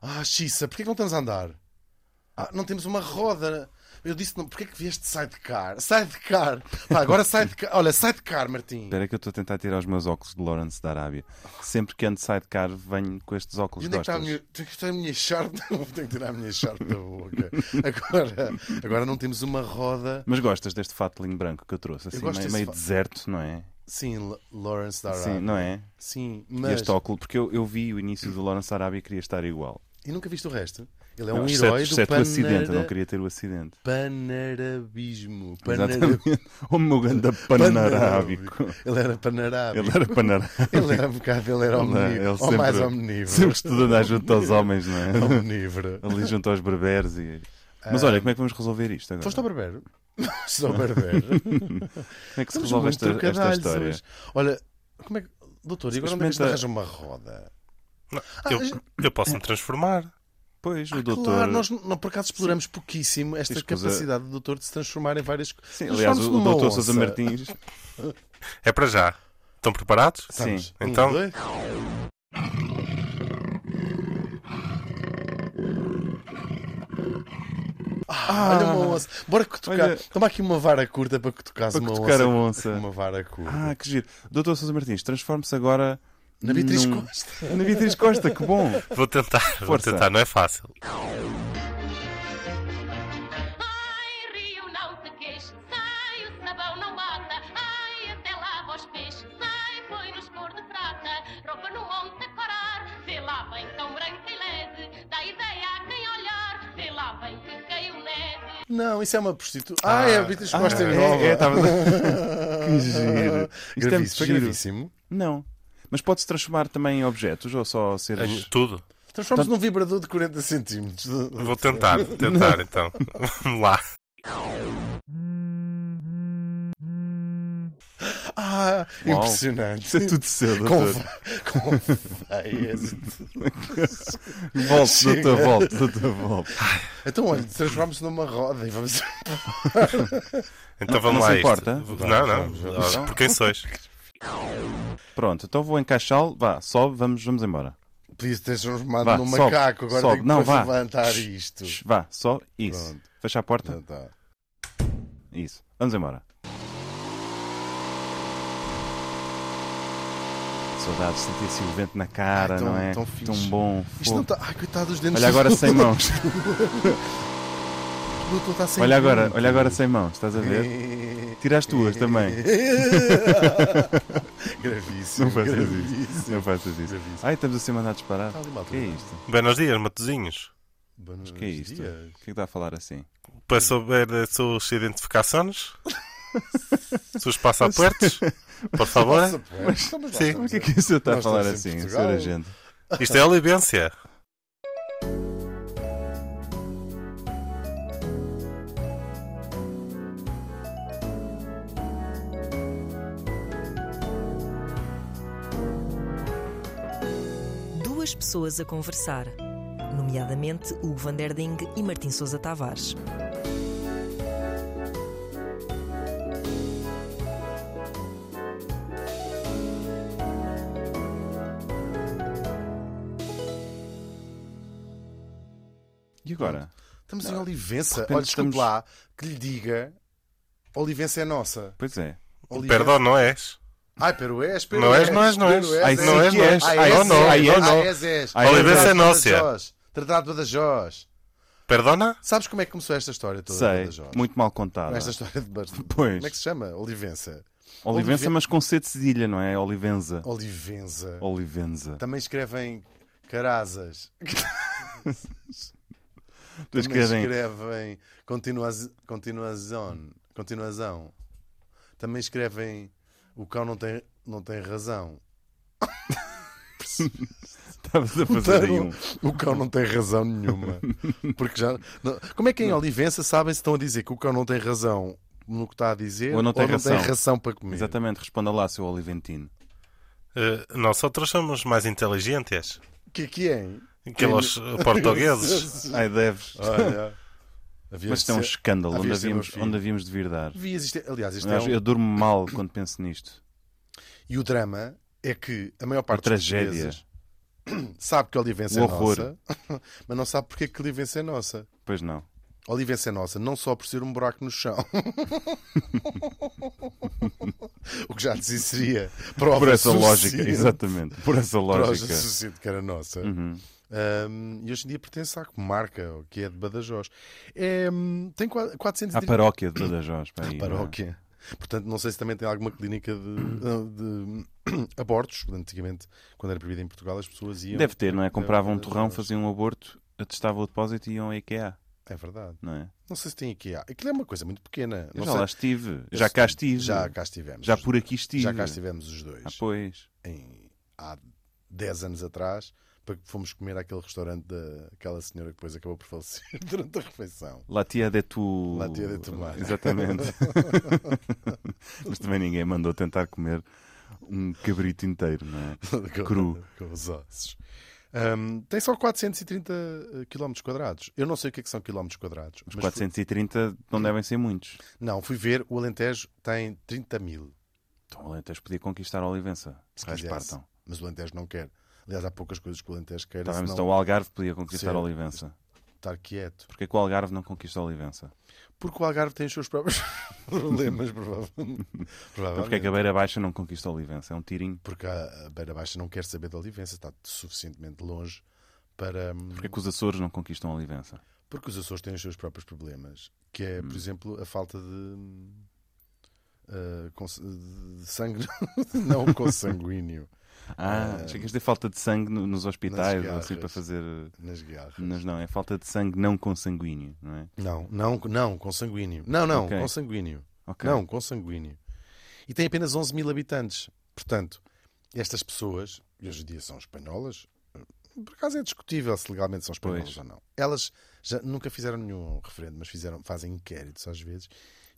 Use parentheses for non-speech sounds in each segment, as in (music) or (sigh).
Ah, Xissa, porquê que não estamos a andar? Ah, não temos uma roda. Eu disse, não, porquê que vieste de sidecar? Sidecar! Pá, agora sidecar. Olha, sidecar, Martim. Espera que eu estou a tentar tirar os meus óculos de Lawrence da Arábia. Sempre que ando de sidecar, venho com estes E óculos onde é que de está a minha, tem que estar a minha Sharp? (laughs) Vou ter que tirar a minha Sharp da boca. Agora, agora não temos uma roda. Mas gostas deste fatelinho branco que eu trouxe? Assim, gosto meio, desse meio fa- deserto, não é? Sim, L- Lawrence da Arábia. Sim, não é? Sim, E mas. este óculo, porque eu, eu vi o início do Lawrence da Arábia e queria estar igual. E nunca viste o resto? Ele é Não, um exceto herói do exceto o acidente, eu não panara... queria ter o acidente. panarabismo. Panara... Exatamente. (laughs) O meu grande panarábico. Ele era panarábico. Ele era panarábico. Ele era um bocado, ele era omnívoro. Ou mais omnívoro. Sempre gostou de andar junto aos homens, não é? Omnívoro. Ali junto aos berberes e... (laughs) Mas olha, como é que vamos resolver isto agora? Ah. Foste ao barbeiro? Foste ao barbeiro. Como é que se Estamos (laughs) resolve muito esta, esta trocadalhos história? hoje. Olha, como é que... Doutor, e agora onde é que isto Experimenta- arranja uma roda? Eu, Ah, eu posso me transformar. Pois, o Ah, doutor... Claro, nós não, por acaso exploramos pouquíssimo esta Escusa- capacidade do doutor de se transformar em várias coisas. Sim, aliás, o, o doutor Sousa (laughs) Martins... É para já. Estão preparados? Sim. Então- Ah, olha uma onça. Bora cutucar. Olha. Toma aqui uma vara curta para cutucares Para uma cutucar onça. a onça. Uma vara curta. Ah, que giro. Doutor Sousa Martins, transforme-se agora... Na Beatriz num- Costa. Na Beatriz Costa, que bom. Vou tentar, vou Força. tentar, não é fácil. Ai, rio, não te queixe. Sai, o sabão não mata. Ai, até lava os peixes. Sai, põe-nos cor de prata. Roupa no monte decorar. Vê lá bem tão branca e leve. Dá ideia a quem olhar. Vê lá bem que caiu neve. Não, isso é uma prostituta. Ah, é a Beatriz (laughs) Costa Ah, é nova. É, (laughs) é, tava- que giro. Isto é muito Gravíssimo, foi giro. gravíssimo. Não. Mas pode-se transformar também em objetos ou só seres... Tudo. Transformamos Então Então- num vibrador de 40 centímetros. Vou tentar, vou tentar então. Vamos lá. Ah, Uau. impressionante. Isso é tudo seu, Com, doutor. ve- com veias. (laughs) Volte, Chega. (laughs) doutor, volte, doutor, volte. Então, olha, transformamos numa roda e vamos. Então Não- vamos não lá. se a isto. importa? Não, não. Por quem sois? Pronto, então vou encaixá-lo. Vá, sobe, vamos, vamos embora. Podias ter transformado Vá, num sobe, macaco. Agora sobe. tenho que Não, depois vá. levantar Shh, isto. shh, Vá, só isso. Pronto. Fecha a porta. Já tá. Isso. Vamos embora. Saudades de sentir assim o vento na cara, Ai, tão- não é? tão fixe. bom. Isto fogo. não tá está. Ai, coitado dos dentes. Olha agora sem (laughs) mãos. é O doutor está sem Olha agora, dente. olha agora sem mãos, estás a ver? Tira as É. tuas também. (laughs) gravíssimo. Não faças isso. gravíssimo. Não faças isso. Gravíssimo. Ai, estamos a ser mandados parar. Está Tá ali uma Que é altura. isto? Buenos dias, matozinhos. Buenos Que é isto? dias. O que é que está a falar assim? Para saber as suas identificações, seus passaportes, por favor. Nossa, pô, estamos lá, Sim. O estamos que é que o senhor está a Nós falar estamos em assim, Portugal. senhor agente? Isto é a libência. Duas pessoas a conversar, nomeadamente Hugo van der Ding e Martim Sousa Tavares. E agora? Estamos em Olivença. repente Olha, desculpe estamos- lá que lhe diga. Olivença é nossa. Pois é. Olivença- Perdão, não és? Ai, pero és, pero Não és, és, não és, não és. pero Ai, és. é. não és, não és. Ai, Ai, és, não, ai, és. não. Ai, és, és. Ai, Olivença é Tratado é nossa. de Badajoz. Tratado de Badajoz. Perdona? Sabes como é que começou esta história toda de Sei, Badajoz? muito mal contada. Esta história de Badajoz. (laughs) Pois. Como é que se chama? Olivença. Olivença, Oliven- mas com C de cedilha, não é? Olivenza. Olivenza. Tá Olivenza. Também escrevem Carazas. Eles Também querem. escrevem continuaz- continuazão. Continuação. Também escrevem O cão não tem, não tem razão. Estavas a fazer aí um. Então, O cão não tem razão nenhuma. Porque já. não- como é que em Olivença sabem se estão a dizer que o cão não tem razão no que está a dizer Ou não tem razão. ração para comer? Exatamente, responda lá, seu Oliventino. Eh, nós outros somos mais inteligentes O que é que é? hein? que os (laughs) eh, portugueses. Ai, deves. (laughs) Olha. Havia de Mas isto é um ser- escândalo. havia Onde de ser meu havíamos, filho. onde havíamos de vir dar? Devia existir- Aliás, isto é Eu, um... eu durmo mal (laughs) quando penso nisto. E o drama é que a maior parte tragédia. dos portugueses sabe que Olivença é O horror. nossa, (laughs) mas não sabe porque é que Olivença é nossa. Pois não. Olivença é nossa, não só por ser um buraco no chão. (laughs) o que já nos seria prova Por essa suficiente- lógica, exatamente. Por essa Prova lógica. Hum. Uhum. suficiente que era nossa. Um, e hoje em dia pertence à comarca, o que é de Badajoz. É, hum, tem qua- À 430 paróquia de Badajoz. para aí, Ah, não é? paróquia. Portanto, não sei se também tem alguma clínica de, de (coughs) abortos. Antigamente, quando era proibido em Portugal, as pessoas iam. Deve ter, não é? Compravam um Badajoz. torrão, faziam um aborto, atestavam o depósito e iam a IKEA, É verdade. não é? Não sei se tem aqui. Aquilo é uma coisa muito pequena. Eu Não já sei- lá estive. Já cá estive. Já cá estivemos. Já por aqui estive. Já cá estivemos os dois. Ah, pois. Em- há 10 anos atrás, para que fomos comer àquele restaurante daquela senhora que depois acabou por falecer (laughs) durante a (laughs) refeição. La tia de tu. La tia de tu mãe. (laughs) (laughs) Exatamente. Mas também ninguém mandou tentar comer um cabrito inteiro, não é? Com- Cru. Com os ossos. Hum, tem só 430 km eh, quadrados. Eu não sei o que é que são quilómetros quadrados. Os mas 430 não devem ser muitos. fui- Não, fui ver, o Alentejo tem 30 mil. Então, o Alentejo podia conquistar a Olivença. Se que os quisesse. partam. Mas o Alentejo não quer. Aliás, há poucas coisas que o Alentejo quer, Tá bem, mas senão então o Algarve podia conquistar Sim. a Olivença. estar quieto. Porquê que o Algarve não conquista a Olivença? Porque o Algarve tem os seus próprios (laughs) problemas, provavelmente. Então, Porquê é que a provavelmente. Beira Baixa não conquista a Olivença? É um tirinho. Porque a a Beira Baixa não quer saber da Olivença, está suficientemente longe para. hum, Porquê que os Açores não conquistam a Olivença? Porque os Açores têm os seus próprios problemas, que é, por exemplo, a falta de, hum, ah, cons- de sangue (laughs) não consanguíneo Ah, achei que isto é falta de sangue no- nos hospitais, ou nas assim, para garras. fazer. nas guerras. Mas não, é falta de sangue não consanguíneo, não é? Não, não, não, consanguíneo. Não, não, Ok. consanguíneo. Ok. Não, consanguíneo. E tem apenas 11 mil habitantes. Portanto, estas pessoas, e hoje em dia são espanholas, por acaso é discutível se legalmente são espanholas Pois. ou não. Elas já nunca fizeram nenhum referendo, mas fizeram, fazem inquéritos às vezes,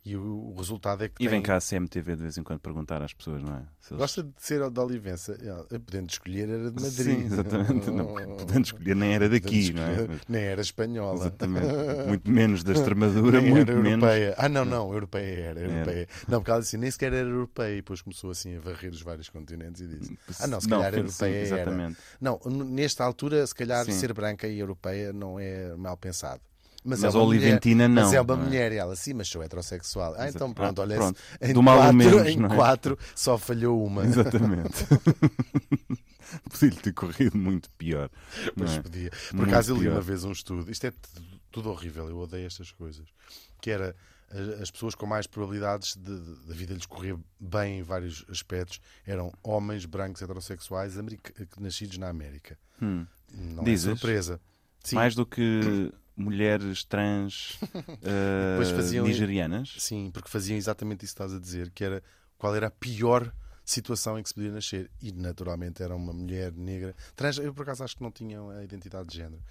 e o, o resultado é que E vem têm- cá a CMTV de vez em quando perguntar às pessoas, não é? Se eles- Gosta de ser da Olivença, É, podendo escolher era de Madrid. (laughs) (laughs) Sim, exatamente. Não, Oh, podendo escolher, nem era podendo daqui, não escolher- é? Nem era espanhola. (laughs) Exatamente. Muito menos da Extremadura, Nem muito era menos. europeia. Ah, não, não, europeia era. Europeia. Não, porque ela disse nem sequer era europeia. E depois começou assim a varrer os vários continentes e disse: Ah, não, se calhar foi- europeia sim, era. Exatamente. Não, n- nesta altura, se calhar Sim. ser branca e europeia não é mal pensado. Mas é a uma mulher- Oliventina não, Mas é uma não é? mulher e ela, sim, mas sou heterossexual. Ah, então Exato. pronto, Ah, olha, pronto. em, Do mal ao quatro, menos, em não é? quatro só falhou uma. (laughs) Exatamente. (laughs) Podia-lhe ter corrido muito pior. não Pois é? podia. Por Muito acaso eu li pior. uma vez um estudo, isto é tudo, tudo horrível, eu odeio estas coisas, que era a- as pessoas com mais probabilidades de, de- da vida lhes correr bem em vários aspectos eram homens brancos heterossexuais america- que nascidos na América. Não Hum. Dizes? é surpresa. Sim, Mais do que (laughs) mulheres trans eh, depois faziam- nigerianas. sim, porque faziam exatamente isso que estás a dizer, que era qual era a pior situação em que se podia nascer. E naturalmente era uma mulher negra. Trans, eu por acaso acho que não tinham a identidade de género.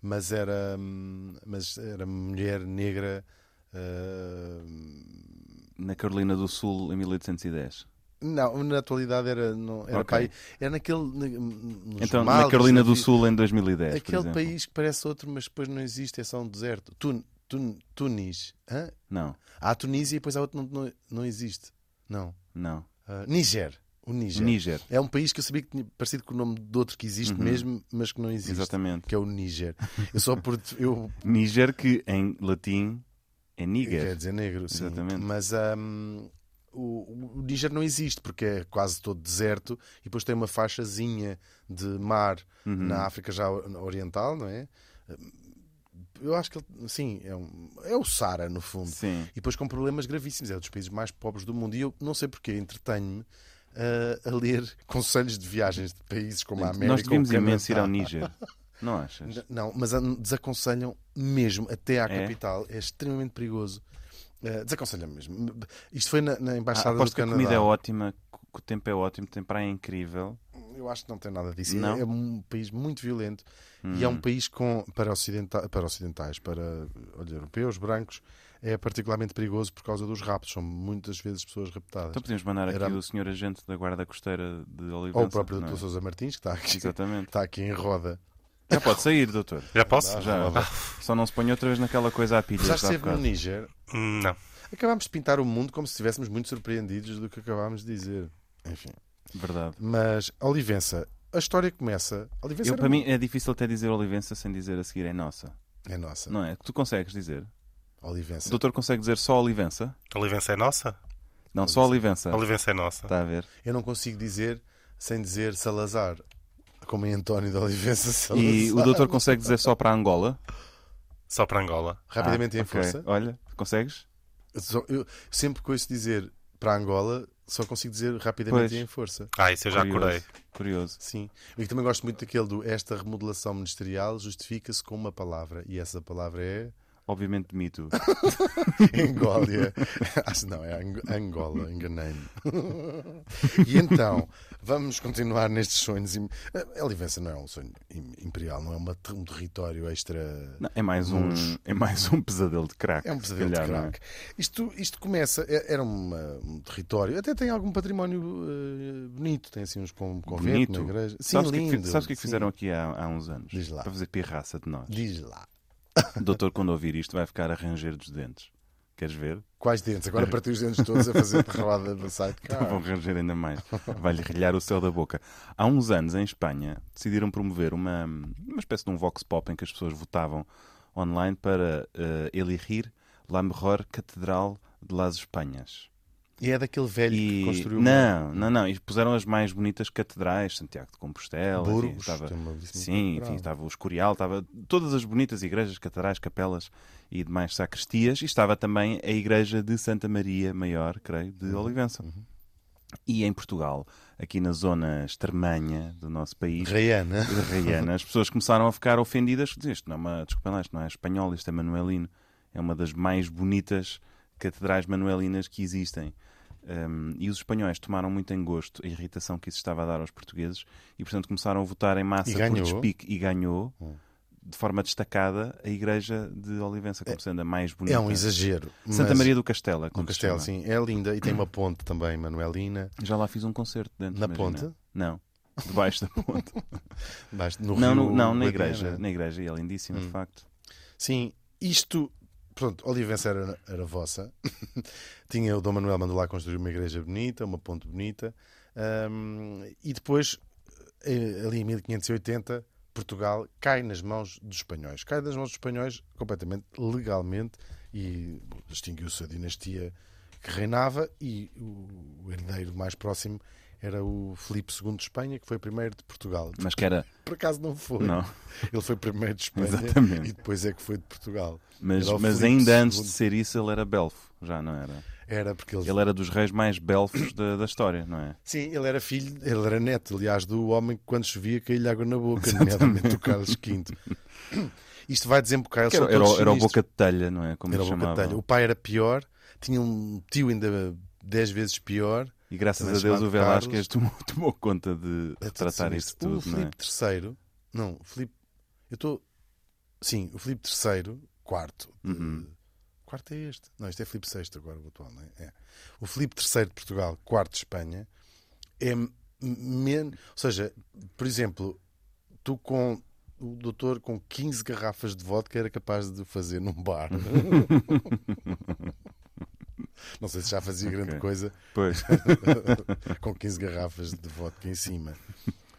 mas era hum, mas era mulher negra hum, Na Carolina do Sul, em 1810. não na atualidade era não era Ok. pai era naquele na- nos Então, na Males, Carolina na- do Sul, em 2010. por aquele exemplo. país que parece outro mas depois não existe é só um deserto Tun, Tun, Tunis Hã? Não, há a Tunísia e depois há outro que não, não, não existe não não. Ah, Níger o Níger Níger. Uhum. é um país que eu sabia que tinha parecido com o nome de outro que existe mesmo mas que não existe Exatamente. que é o Níger eu só por eu Níger, que em latim é Quer (laughs) níger. dizer negro, sim. Exatamente. Mas hum, o, o Níger não existe porque é quase todo deserto e depois tem uma faixazinha de mar Uhum. na África já o- oriental, não é? Eu acho que ele- sim, é, um- é o Sara no fundo. Sim. E depois com problemas gravíssimos, é um dos países mais pobres do mundo. E eu não sei porquê, entretenho-me ah, a ler (laughs) conselhos de viagens de países como a América. Nós devíamos o Canadá. imenso ir ao Níger. Não achas? N- Não, mas an- desaconselham mesmo, até à É? capital. É extremamente perigoso. Eh, desaconselham mesmo. M- Isto foi na, na Ah, Embaixada do aposto que a Canadá. comida é ótima, que o tempo é ótimo, tem praia incrível. Eu acho que não tem nada disso. Não? Hum. É, é um país muito violento e é um país com, para, ocidenta, para ocidentais, para olha, europeus, brancos, é particularmente perigoso por causa dos raptos. São muitas vezes pessoas raptadas. Então podemos mandar aqui Era- o senhor agente da guarda costeira de Olivença. Ou o próprio não é? Dr. Sousa Martins, que está aqui, Exatamente. (laughs) está aqui em roda. Já pode sair, doutor. Já posso? Já. Só não se ponha outra vez naquela coisa à pilha. Precisaste de há sempre no bocado. Níger. Não. Acabámos de pintar o mundo como se estivéssemos muito surpreendidos do que acabámos de dizer. Enfim. Verdade. Mas Olivença, a história começa. Olivença era Eu, um para uma- mim é difícil até dizer Olivença sem dizer a seguir é nossa. é nossa. Não é? Tu consegues dizer? O Olivença. doutor consegue dizer só Olivença? A Olivença é nossa? Não, Tá. só Olivença. A Olivença é nossa. Está a ver? Eu não consigo dizer sem dizer Salazar, como em António de Olivença Salazar. E o doutor consegue dizer só para Angola? Só para Angola. Rapidamente Ah, em ok. força. Olha, consegues? Eu só- eu sempre que ouço dizer para Angola, só consigo dizer rapidamente Pois. em força. Ah, isso eu já Curioso. curei. Curioso. Sim. E também gosto muito daquele do esta remodelação ministerial justifica-se com uma palavra. E essa palavra (laughs) é Obviamente de (laughs) mito. Angólia. (laughs) Acho não, é Ang- Angola, enganei-me. (laughs) E então, vamos continuar nestes sonhos. im- A Olivença não é um sonho im- imperial, não é uma ter- um território extra. Não, é, mais um, Nos- é mais um pesadelo de crack. É um se pesadelo de calhar, não é? crack. Isto, isto começa, é- era uma- um território, até tem algum património eh, bonito, tem assim uns con- convento Bonito. na igreja. Sim, sabes o que é que fi- lindo. sabes o que é que sim. fizeram aqui há, há uns anos? Diz lá. Para fazer pirraça (laughs) de nós. Diz lá. O doutor, quando ouvir isto, vai ficar a ranger dos dentes. Queres ver? Quais dentes? (laughs) Agora partiu os dentes todos a fazer terrada do site. Vão ranger Então ainda mais. Vai-lhe rilhar o céu da boca. Há uns anos, em Espanha, decidiram promover uma, uma espécie de um vox pop em que as pessoas votavam online para eh, elegir la mejor catedral de las Espanhas. E é daquele velho que E- construiu não, não, não. E puseram as mais bonitas catedrais, Santiago de Compostela, enfim, Burgos. estava- tem uma belíssima Sim, enfim, catedral. estava o Escorial, estava todas as bonitas igrejas, catedrais, capelas e demais sacristias, e estava também a igreja de Santa Maria Maior, creio, de Uhum, Olivença. E em Portugal, aqui na zona extremanha do nosso país, Rayana. de Rayana, as pessoas começaram a ficar ofendidas. que diziam, Isto não é uma, desculpem lá, isto não é espanhol, isto é manuelino. É uma das mais bonitas catedrais manuelinas que existem. Um, e os espanhóis tomaram muito em gosto a irritação que isso estava a dar aos portugueses e, portanto, começaram a votar em massa E por ganhou. Hum. despique e ganhou, de forma destacada, a igreja de Olivença como sendo a mais bonita. É um exagero. né? Santa mas- Maria do Castelo, é do como se Castelo, chama. sim. É linda e tem uma ponte também, Manuelina, Já lá fiz um concerto dentro. Na imagina. ponte? Não, debaixo da (laughs) ponte. baixo- no não, Rio Hum. no- não, na Guadiana. igreja. Na igreja, e é lindíssima, de facto. Sim, isto. Pronto, Olivença era, era vossa. (laughs) Tinha o Dom Manuel mandou lá construir uma igreja bonita, uma ponte bonita. Ahm, e depois, eh, ali em 1580, Portugal cai nas mãos dos espanhóis. Cai nas mãos dos espanhóis completamente legalmente e extinguiu-se a dinastia que reinava. E o herdeiro mais próximo era o Filipe II de Espanha, que foi primeiro de Portugal. Mas que era. Por acaso não foi. Não. Ele foi primeiro de Espanha Exatamente. e depois é que foi de Portugal. Mas, Era o mas Filipe ainda antes de II. ser isso, ele era belfo, já não era? Era porque ele... Ele era dos reis mais belfos da, da história, não é? Sim, ele era filho, ele era neto, aliás, do homem que quando chovia caía-lhe água na boca, nomeadamente o Carlos (laughs) V. Isto vai desembocar... Eles Era, são era todos o- era o sinistros. boca de telha, não é? Como Era se o Boca chamava. de Telha. O pai era pior, tinha um tio ainda dez vezes pior. E graças Também a Deus chamado o Velázquez tomou, tomou conta de É tudo retratar sinistro. isso tudo, O não é? Filipe III... Não, o Filipe... Eu estou... Sim, o Filipe III, quarto... de- Uhum. Quarto é este. Não, este é Filipe VI agora, o atual, não é? É. O Filipe III de Portugal, quarto de Espanha, é m- men- Ou seja, por exemplo, tu com o doutor com 15 garrafas de vodka era capaz de fazer num (laughs) bar. Não sei se já fazia grande Ok. coisa Pois, (laughs) com 15 garrafas de vodka em cima.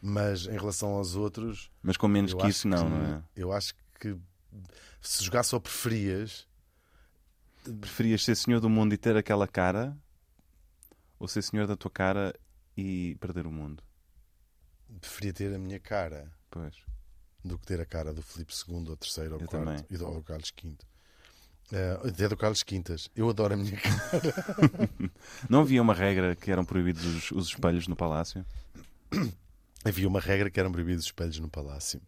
Mas em relação aos outros, mas com menos eu que acho isso, não, não é? Eu acho que se jogasse ao preferias, Preferias ser senhor do mundo e ter aquela cara ou ser senhor da tua cara e perder o mundo? preferia ter a minha cara. Pois. do que ter a cara do Filipe II ou terceiro ou Eu quarto também. e do, ou do Carlos V. Eh, até do Carlos Quintas. Eu adoro a minha cara. (laughs) Não havia uma regra que eram proibidos os, os espelhos no palácio? Havia uma regra que eram proibidos os espelhos no palácio.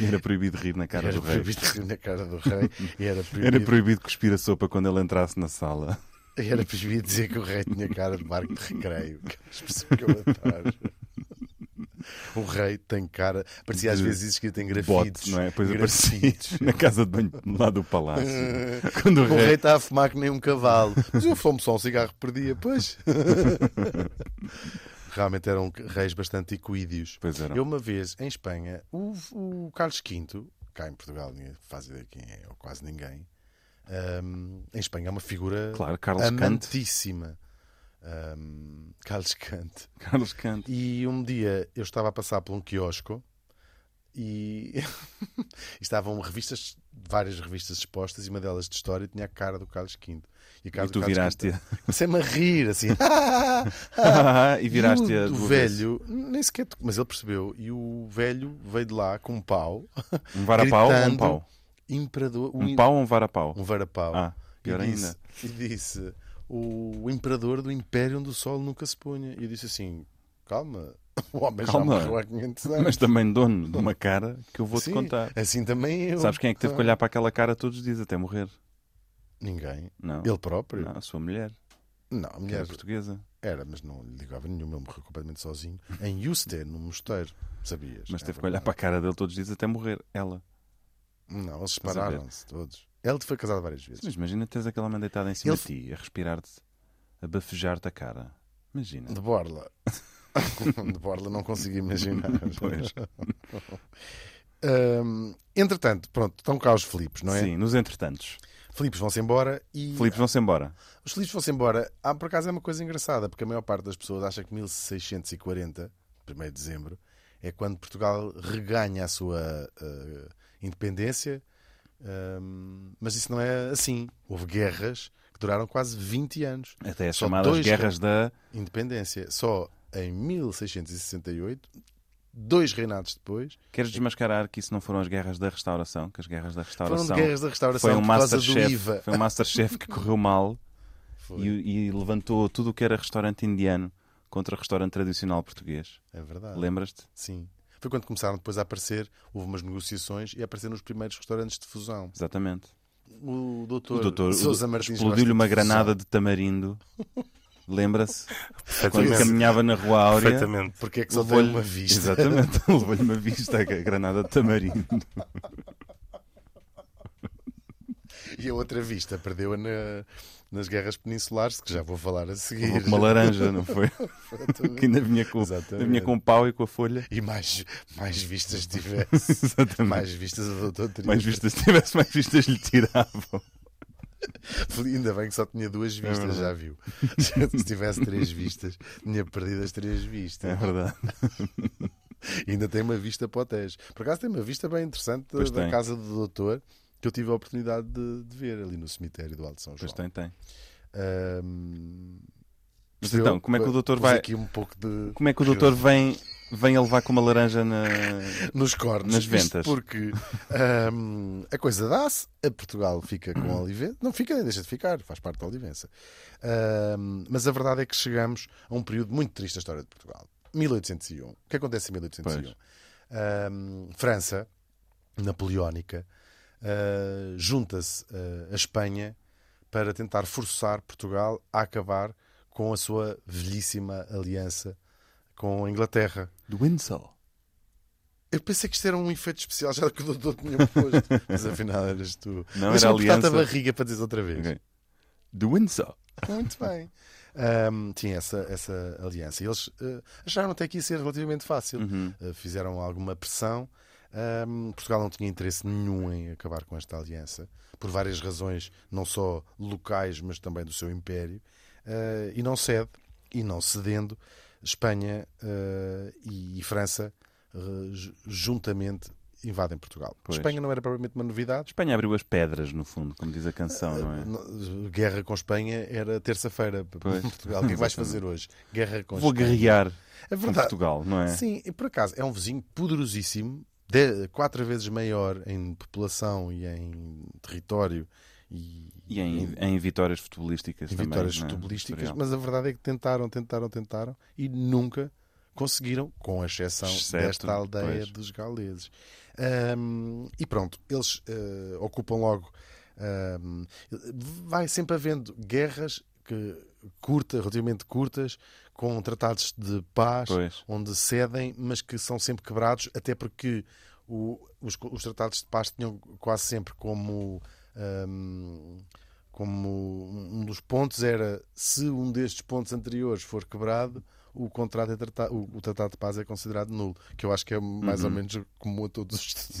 E era proibido rir na cara era do rei. proibido rir na cara do (laughs) rei e era proibido, Era proibido cuspir a sopa quando ele entrasse na sala. (laughs) era proibido dizer que o rei tinha cara de barco de recreio. Que é a expressão que eu adoro. O rei tem cara. Parecia às De vezes escrito em grafites. bote, não é? Pois aparecia grafites. na casa de banho lá do palácio. (laughs) Quando o O rei rei. está a fumar que nem um cavalo. Mas eu fumo só um cigarro por dia, (laughs) pois. Realmente eram reis bastante equídeos. Pois eram. Eu, uma vez, em Espanha, o, o Carlos V, cá em Portugal, ninguém faz ideia quem é, ou quase ninguém, hum, em Espanha é uma figura Claro, Carlos Cante. amantíssima. ahm, Carlos Cante. Carlos Canto. E um dia eu estava a passar por um quiosco e, (laughs) e estavam revistas, várias revistas expostas e uma delas de história tinha a cara do Carlos V. E, a cara E do tu Carlos viraste. V. Comecei-me a rir (laughs) assim. Ah, e viraste E a o, o duas vezes. Ah, velho, nem sequer, to- mas ele percebeu. E o velho veio de lá com um pau, (laughs) Um varapau ou um gritando, pau? imperador, o Um im- pau ou um varapau? um varapau. Ah, pior e disse, ainda. E disse: O imperador do império onde o sol nunca se punha. E eu disse assim: Calma, (laughs) o homem Calma. já morreu há 500 anos. Mas também dono de uma cara que eu vou-te Sim, contar. Assim também eu. Ah. Sabes quem é que teve que olhar para aquela cara todos os dias até morrer? Ninguém. Não. Ele próprio? Não, a sua mulher, Não, a que era mulher portuguesa. era, mas não lhe ligava nenhuma. Ele morreu completamente sozinho. Em Houston, num mosteiro. Sabias? Mas É teve que olhar verdade. para a cara dele todos os dias até morrer. Ela. Não, eles a ver? separaram-se todos. Ele foi casado várias Sim, vezes. Mas imagina teres aquela mãe deitada em cima Ele- de ti, a respirar-te, a bafejar-te a cara. Imagina. De Borla. (laughs) de Borla não consigo (laughs) imaginar. Pois. Hum, entretanto, pronto, estão cá os Filipos, não é? Sim, nos entretantos. Filipos vão-se embora e. Filipes vão-se embora. Os Filipos vão-se embora. Ah, por acaso é uma coisa engraçada, porque a maior parte das pessoas acha que 1640, 1 de dezembro, é quando Portugal reganha a sua ah, independência. Hum, mas isso não é assim. Houve guerras que duraram quase 20 anos. Até as Só chamadas dois guerras da. Independência. Só em 1668, dois reinados depois, Queres desmascarar que isso não foram as guerras da restauração? Que as guerras da foram restauração. guerras da restauração foi um por causa do Masterchef. IVA. Foi um Masterchef que (laughs) correu mal e, e levantou tudo o que era restaurante indiano contra restaurante tradicional português. É verdade. Lembras-te? Sim. Foi quando começaram depois a aparecer, houve umas negociações e apareceram os primeiros restaurantes de fusão. Exatamente. O doutor, O doutor Sousa o- Martins explodiu-lhe gosta uma de granada (laughs) de tamarindo. Lembra-se? Quando Perfeitamente. caminhava na Rua Áurea. Perfeitamente. fusão. Porque é que só tem levou-lhe- uma vista? Exatamente, (laughs) levou-lhe uma vista é a granada de tamarindo. (laughs) E a outra vista perdeu-a na- nas guerras peninsulares, que já vou falar a Levou seguir. com (laughs) uma laranja, não foi? (laughs) que ainda vinha com, ainda vinha Exatamente. com o pau e com a folha. E mais, mais vistas (laughs) tivesse. Exatamente. mais vistas o doutor teria. Mais vistas, (laughs) se tivesse mais vistas, lhe tiravam. (laughs) Ainda bem que só tinha duas vistas, É verdade. já viu. (laughs) Se tivesse três vistas, tinha perdido as três É vistas. verdade. E ainda tem uma vista para o Tejo. Por acaso tem uma vista bem interessante da- Pois da tem. casa do doutor, que eu tive a oportunidade de, de ver ali no cemitério do Alto São João. Pois tem, tem. Ahm, Mas percebeu? então, como é que o doutor Pus vai- aqui um pouco de... Como é que o doutor vem, vem a levar com uma laranja na. Nos cornos. Nas Isto ventas. porque ahm, a coisa dá-se, a Portugal fica (clears throat) com a Olivença. Não fica, nem deixa de ficar, faz parte da Olivença. Ahm, mas a verdade é que chegamos a um período muito triste da história de Portugal. 1801. O que acontece em 1801? Pois. Ahm, França, napoleónica, ah, junta-se ah, à Espanha para tentar forçar Portugal a acabar com a sua velhíssima aliança com a Inglaterra. Do Windsor. Eu pensei que isto era um efeito especial, já que o doutor tinha posto. (laughs) Mas afinal eras tu. Não, Deixa-me era apertar-te a aliança. barriga para dizer outra vez. Ok. Do Windsor. Muito bem. Ahm, tinha essa, essa aliança. E Eles eh, acharam até que ia ser relativamente fácil. Eh, fizeram alguma pressão. Ahm, Portugal não tinha interesse nenhum em acabar com esta aliança, por várias razões, não só locais, mas também do seu império. Eh, e não cede. E não cedendo, Espanha eh, e, e França eh, ju- juntamente invadem Portugal. Pois. Espanha não era propriamente uma novidade. Espanha abriu as pedras, no fundo, como diz a canção, Ah, não é? No- Guerra com Espanha era terça-feira para (laughs) Pois. Portugal. O que é que vais fazer hoje? Guerra com Vou Espanha. guerrear É com verdade. Portugal, não é? Sim, e por acaso é um vizinho poderosíssimo, de- quatro vezes maior em população e em território e, E em, em vitórias futebolísticas em também. vitórias não é? futebolísticas, Historial. mas a verdade é que tentaram, tentaram, tentaram e nunca conseguiram, com exceção Exceto, desta aldeia pois. dos gauleses. Ahm, e pronto, eles eh, ocupam logo. ahm, vai sempre havendo guerras que curtas, relativamente curtas, com tratados de paz, Pois. onde cedem, mas que são sempre quebrados, até porque o- os, co- os tratados de paz tinham quase sempre como. ahm, como um dos pontos era se um destes pontos anteriores for quebrado, o contrato é trata- o, o tratado de paz é considerado nulo, que eu acho que é mais ou menos comum a todos (laughs) os,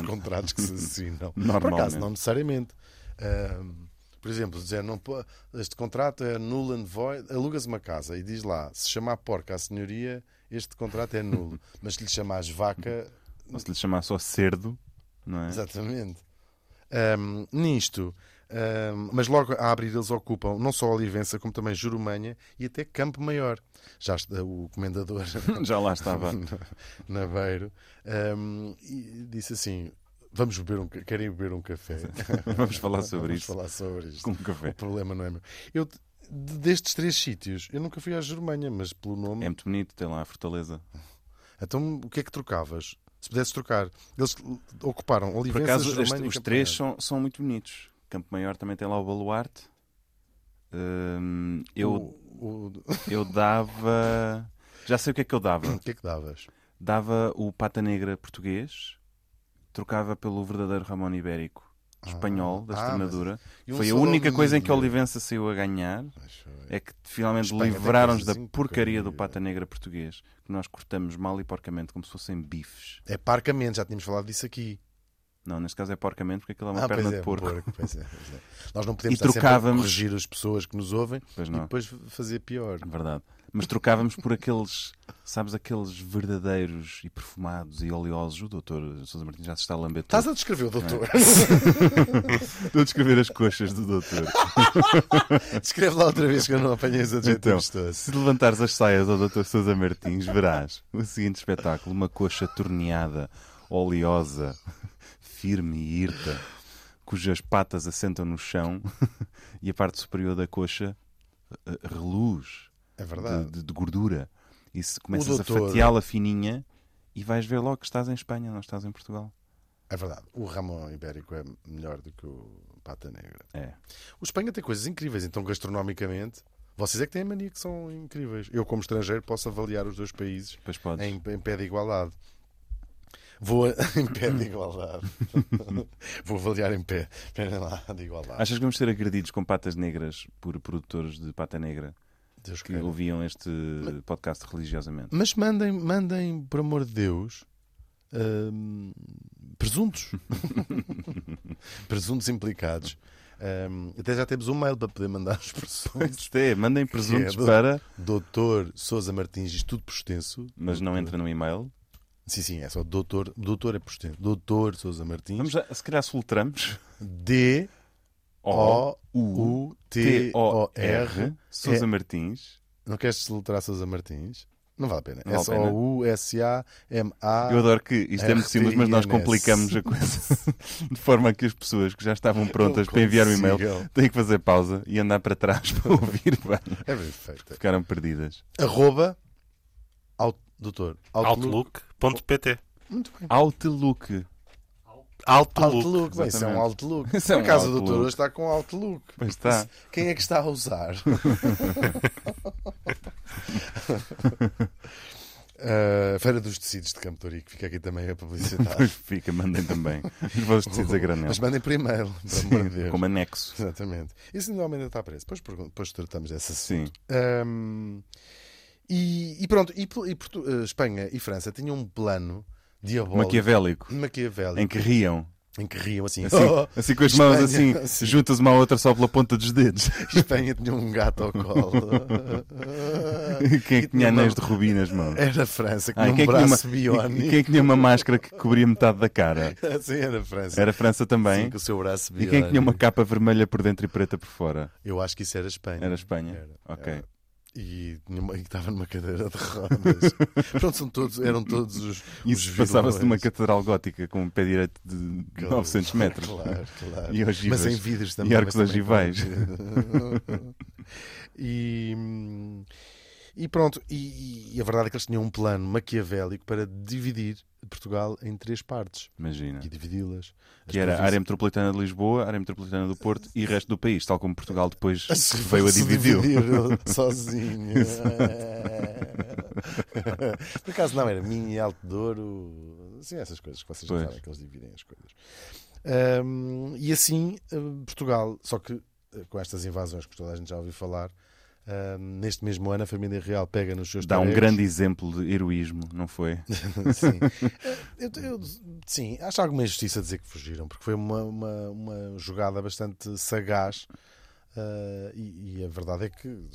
os contratos que se assinam. Por Normalmente. acaso, não necessariamente. Ahm, Por exemplo, dizer, não, po- este contrato é nulo and void, alugas uma casa e diz lá, se chamar porca à senhoria, este contrato é nulo. Mas se lhe chamares vaca, Ou se lhe chamar só cerdo, não é? Exatamente. Ahm, nisto. ahm, mas logo a abrir eles ocupam não só Olivença como também Jurumanha e até Campo Maior. Já está o comendador (laughs) (laughs) Já lá estava. Naveiro ahm, e disse assim: Vamos beber um ca- querem beber um café? Vamos falar sobre Vamos isso. falar sobre isto. Com um café. O problema não é meu. Eu, de- destes três sítios, eu nunca fui à Jurumanha, mas pelo nome. É muito bonito, tem lá a fortaleza. Então o que é que trocavas? Se pudesse trocar, eles ocuparam Por Olivença, acaso, Jurumanha este- e os Campo três Maior. são, são muito bonitos. Campo Maior também tem lá o baluarte. Hum, eu, O- o- eu dava. Já sei o que é que eu dava. O que é que davas? Dava o pata negra português, trocava pelo verdadeiro Ramon Ibérico espanhol, da Ah, Extremadura. E um Foi a Salão única coisa em que a Mineiro. Olivença saiu a ganhar. Acho eu. É que finalmente Espanha tem livraram-nos da coisas assim, porcaria do porcaria. pata negra português, que nós cortamos mal e porcamente, como se fossem bifes. É parcamente, já tínhamos falado disso aqui. Não, neste caso é porcamente, porque aquilo é uma Ah, pois perna é, de porco. pois é, pois é. Nós não podemos E estar sempre trocávamos- a corrigir as pessoas que nos ouvem Pois e não, depois fazer pior. É verdade. Mas trocávamos por aqueles, sabes, aqueles verdadeiros e perfumados e oleosos. O doutor Sousa Martins já se está a lamber todo. Estás a descrever o doutor? Estou a descrever as coxas do doutor. (laughs) Descreve lá outra vez que eu não apanhei os Então, adjetivos todos. se levantares as saias ao Dr. Sousa Martins, verás o seguinte espetáculo: uma coxa torneada, oleosa, firme e hirta, cujas patas assentam no chão (laughs) e a parte superior da coxa eh, reluz É de, verdade. de- de gordura. E se começas a doutor- fatiá-la fininha e vais ver logo que estás em Espanha, não estás em Portugal. É verdade. O Ramon Ibérico é melhor do que o Pata Negra. É. O Espanha tem coisas incríveis, então gastronomicamente. Vocês é que têm a mania que são incríveis. Eu, como estrangeiro, posso avaliar os dois países Depois podes. em, em pé de igualdade. Vou a- (laughs) em pé de igualdade. Vou avaliar em pé. Espera lá, de igualdade. Achas que vamos ser agredidos com patas negras por produtores de pata negra Deus que queira. ouviam este podcast (laughs) religiosamente? Mas mandem, mandem, por amor de Deus, hum, (laughs) presuntos. presuntos implicados. Hum, até já temos um mail para poder mandar os presuntos. Isto é, mandem presuntos Que é do- para, Doutor Sousa Martins, diz tudo por extenso. mas não entra no e-mail. Sim, sim, é só doutor. Doutor é por extenso. Doutor Sousa Vamos Martins. já, se calhar soltramos. D. (laughs) O. U. T. O. R. Sousa Martins. Não queres soltar Sousa Martins? Não vale a pena. Não vale a pena. S-O-U-S-A-M-A. Eu adoro que isto é muito simples, mas nós RTINS. complicamos a coisa (laughs) de forma que as pessoas que já estavam prontas para enviar o e-mail consigam. têm que fazer pausa e andar para trás (laughs) para ouvir. bem. É perfeito. Ficaram perdidas. Arroba. Out, doutor. Outlook.pt. Muito bem. Outlook. Outlook. Outlook. Bem, isso é um exatamente. Outlook. Isso é Por um acaso o Outlook. doutor hoje está com Outlook. Pois está. Quem é que está a (laughs) usar? Ah, Feira dos Tecidos de Campo Torico. Fica aqui também a Pois publicidade. fica, mandem também. Os vossos tecidos a granel. Mas mandem por (laughs) e-mail. Pelo amor de Deus. Como é anexo. Exatamente. Isso normalmente ainda está preso. Depois, pergun- depois tratamos dessa Sim. Hum, e, e pronto, e, Pol- e Portu- eh, Espanha e França tinham um plano diabólico Maquiavélico. maquiavélico, Em que riam. em que riam assim. (laughs) Assim, assim com as Espanha, mãos assim, (laughs) assim. juntas uma à outra só pela ponta (laughs) dos dedos. Espanha tinha um gato ao colo. Quem é E que tinha uma- anéis de rubi nas mãos? Era a França com Ah, e um quem, é que tinha braço uma... biónico. e quem é que tinha uma máscara que cobria metade da (laughs) cara? Assim era a França. Era a França também. Sim, com o seu braço e biónico. quem é que tinha uma capa vermelha por dentro e preta por fora? Eu acho que isso era a Espanha. Era a Espanha? Era, ok. era. E tinha uma- e estava numa cadeira de (laughs) rodas. Pronto, são todos, eram todos os. E os Isso passava-se numa vilões. catedral gótica com um pé direito de 900 (laughs) metros. Claro, claro. E ogivas. Mas em vidros também. arcos mas também ogivais. com- (laughs) e, hum, e pronto, e, e a verdade é que eles tinham um plano maquiavélico para dividir Portugal em três partes Imagina. e dividi-las. As É. Que era a províncias- área metropolitana de Lisboa, a área metropolitana do Porto e o resto do país, tal como Portugal (laughs) depois se Ah, veio a se dividir. (laughs) dividir sozinho. Por acaso não, era Minho e Alto Douro. Sim, essas coisas que vocês não Pois. sabem que eles dividem as coisas. Ahm, e assim, eh, Portugal, só que eh, com estas invasões que toda a gente já ouviu falar, Ah, neste mesmo ano, a família real pega nos seus Dá um tareus. grande exemplo de heroísmo, não foi? (laughs) Um (laughs) sim. Eu, eu- sim, acho alguma injustiça dizer que fugiram, porque foi uma, uma, uma jogada bastante sagaz. ah, e, e a verdade é que o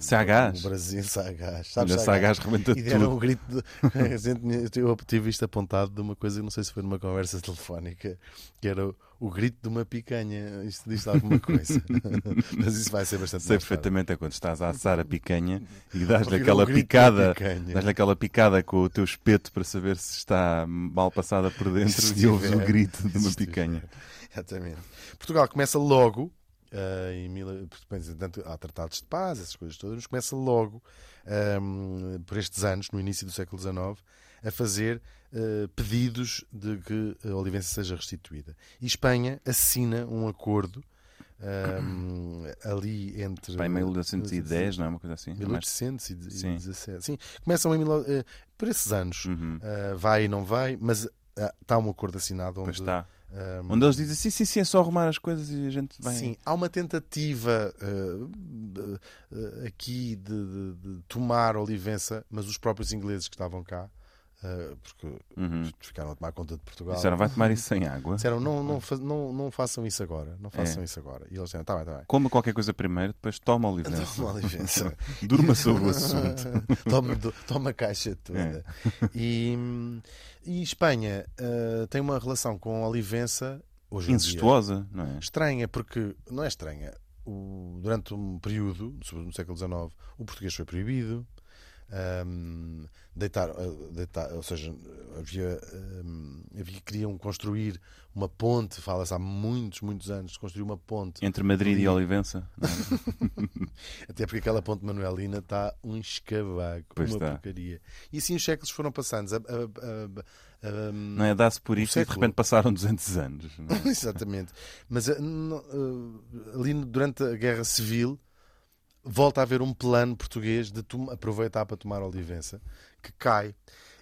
Sagaz. Um Brasil sagaz, sabes, Olha, Sagaz rebenta E deram tudo. um grito. De... (laughs) Eu tive isto apontado de uma coisa, não sei se foi numa conversa telefónica, que era o, o grito de uma picanha. Isto diz alguma coisa. (laughs) Mas isso vai ser bastante Sei mais tarde. perfeitamente é quando estás a assar a picanha e dás-lhe Ouvir um aquela grito de picada, picanha. dás-lhe aquela picada com o teu espeto para saber se está mal passada por dentro Se e ouves o tiver. grito de uma Se tiver. picanha. Exatamente. Portugal começa logo. ah, em mil... portanto, tanto há tratados de paz, essas coisas todas, mas começa logo, ahm, por estes anos, no início do século XIX, a fazer ah, pedidos de que a Olivença seja restituída. E Espanha assina um acordo (coughs) ahm, ali entre. Pá, Tipo, em 1810, não é uma coisa assim? É mais- 1817. Sim, começam em. mil- eh, por esses anos, Uhum. ah, vai e não vai, mas ah, está um acordo assinado Pois onde está. ahm, Onde eles dizem, sim, sim, sim, é só arrumar as coisas e a gente vai... Um, Sim, há uma tentativa eh, eh, aqui de, de- de tomar Olivença, mas os próprios ingleses que estavam cá, eh, porque Uhum. ficaram a tomar conta de Portugal, Disseram, vai tomar isso sem água. disseram, não, não, fa- não, não façam isso agora, não É. façam isso agora. E eles disseram, tá bem, tá bem. Coma qualquer coisa primeiro, depois toma o livença. Toma Olivença. (laughs) Durma sobre o (laughs) assunto. É. toma, do- toma a caixa toda. E, e Espanha eh, tem uma relação com Olivença hoje em dia. Incestuosa, não é? Estranha, porque não é estranha. O- durante um período, sobretudo no século XIX, o português foi proibido. Ahm, deitar, eh, deitar- ou seja, havia, ahm, havia- queriam construir uma ponte, fala-se há muitos, muitos anos, de construir uma ponte, Entre Madrid e Olivença. não é? até porque aquela ponte manuelina está um escavago, Pois uma está. porcaria. E assim os séculos foram passando. A- a- a- a- ahm, Não é? Dá-se por isso e de século. repente passaram 200 anos. não é? (laughs) Exatamente. Mas eh, não, eh, ali no- durante a Guerra Civil volta a haver um plano português de tom- aproveitar para tomar Olivença, que cai.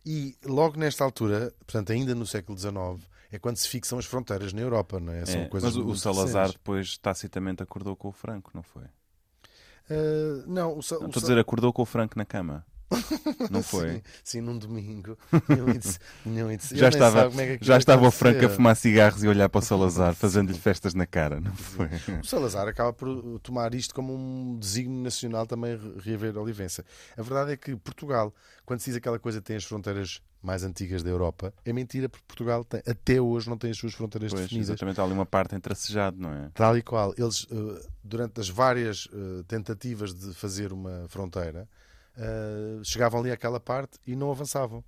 E logo nesta altura, portanto, ainda no século XIX, é quando se fixam as fronteiras na Europa, não é? São É, coisas mas o- o muito Salazar recentes. depois tacitamente acordou com o Franco, não foi? Eh, não, o, Sa- Não o Sa- estou a dizer acordou com o Franco na cama. (laughs) Não foi? Sim, sim, num (laughs) domingo. 1800, 1800. Eu Já nem estava, sabe como é que aquilo já estava o aconteceu. Franco a fumar cigarros e olhar para o Salazar, fazendo-lhe festas na cara, não foi? O Salazar acaba por eh, tomar isto como um desígnio nacional também re- reaver a Olivença. A verdade é que Portugal, quando se diz aquela coisa que tem as fronteiras mais antigas da Europa, é mentira porque Portugal tem- até hoje não tem as suas fronteiras Pois, definidas. exatamente, há ali uma parte entre acejado, não é? Tal e qual. Eles, eh, durante as várias eh, tentativas de fazer uma fronteira, eh, chegavam ali àquela parte e não avançavam.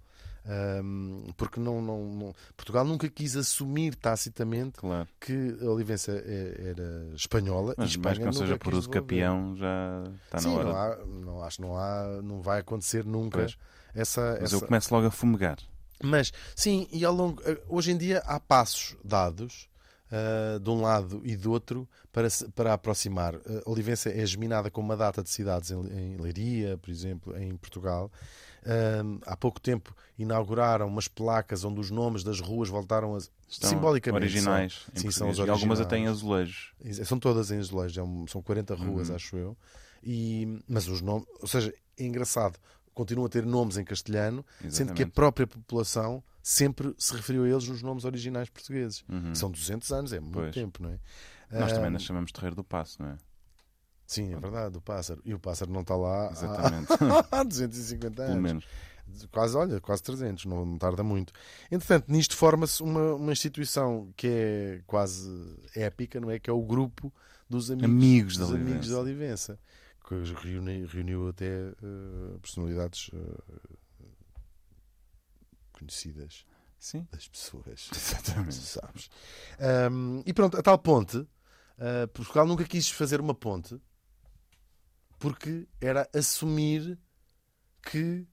Ahm, porque não- não- não... Portugal nunca quis assumir tacitamente Claro. que a Olivença é- era espanhola e Mas Espanha mais que não nunca seja quis por uso devolver. capião, já está Sim, na Não, hora. há, não acho não há, não vai acontecer nunca Pois. essa. Mas essa- eu começo logo a fumegar. Mas, sim, e ao longo eh, hoje em dia há passos dados. ah, de um lado e do outro para, se- para aproximar. A Olivença é geminada com uma data de cidades em, em Leiria, por exemplo, em Portugal. Ahm, há pouco tempo inauguraram umas placas onde os nomes das ruas voltaram a. Estão simbolicamente. são- Originais. em sim, são os português. E algumas até em originais. azulejos. Exa- São todas em azulejo, é um- são 40 Uhum. ruas, acho eu. E, mas os nomes, ou seja, é engraçado, continuam a ter nomes em castelhano, sendo que a Exatamente. própria população sempre se referiu a eles nos nomes originais portugueses. Uhum. São 200 anos, é muito Pois. tempo, não é? Nós Ah, também nos chamamos Terreiro do Passo, não é? Sim, é verdade, o pássaro. E o pássaro não está lá Exatamente. (laughs) há 250 Pelo anos. menos. Quase, olha, quase 300, não, não tarda muito. Entretanto, nisto forma-se uma, uma instituição que é quase épica, não é? Que é o grupo dos amigos, Amigos da dos amigos Olivença. da Olivença, que os reuni- reuniu até eh, personalidades eh, conhecidas Sim. (laughs) das pessoas. Tu (laughs) Exatamente. sabes. Ahm, e pronto, a tal ponte, ah, Portugal nunca quis fazer uma ponte porque era assumir que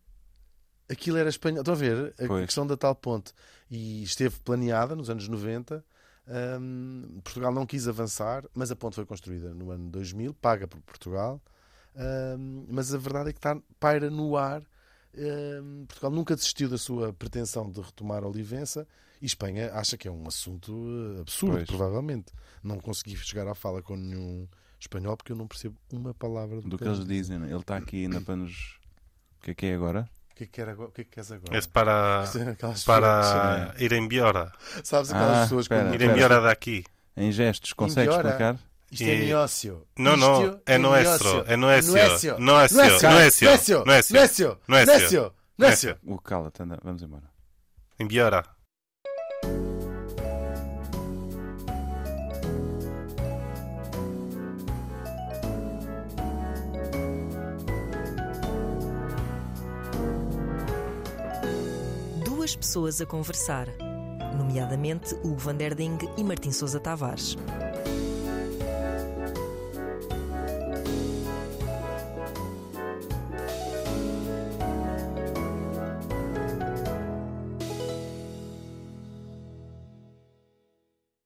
aquilo era espanhol. Estão a ver a Pois. questão da tal ponte? E esteve planeada nos anos 90. ahm, Portugal não quis avançar, mas a ponte foi construída no ano 2000, paga por Portugal. ahm, mas a verdade é que está, paira no ar. ahm, Portugal nunca desistiu da sua pretensão de retomar a Olivença e Espanha acha que é um assunto eh, absurdo, Pois. provavelmente. Não consegui chegar à fala com nenhum espanhol porque eu não percebo uma palavra do, é Do que eles dizem, né? ele está aqui ainda para nos. O que é que é agora? O que é que, quer agora? O que é que queres agora? É para, (laughs) Aquelas pessoas- para ir embora. Sabes aquelas Ah, pessoas espera. quando- Ir Espera. embora daqui. Em gestos, consegues Embora. explicar? Isto é E- Niócio. Não, Isto não, é Niócio. nuestro, é Nuécio. nuestro, nuestro, Nuécio. Nuécio. nuestro, nuestro, Nuécio. nuestro. Nuécio. Nuécio. O cala-te, anda, vamos embora. embora. Duas pessoas a conversar, nomeadamente Hugo Van der Ding e Martim Sousa Tavares.